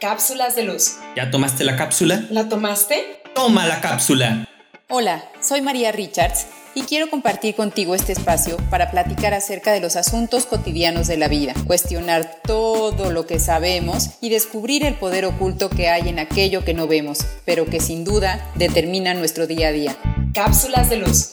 Cápsulas de luz. ¿Ya tomaste la cápsula? ¿La tomaste? ¡Toma la cápsula! Hola, soy María Richards y quiero compartir contigo este espacio para platicar acerca de los asuntos cotidianos de la vida, cuestionar todo lo que sabemos y descubrir el poder oculto que hay en aquello que no vemos, pero que sin duda determina nuestro día a día. Cápsulas de luz.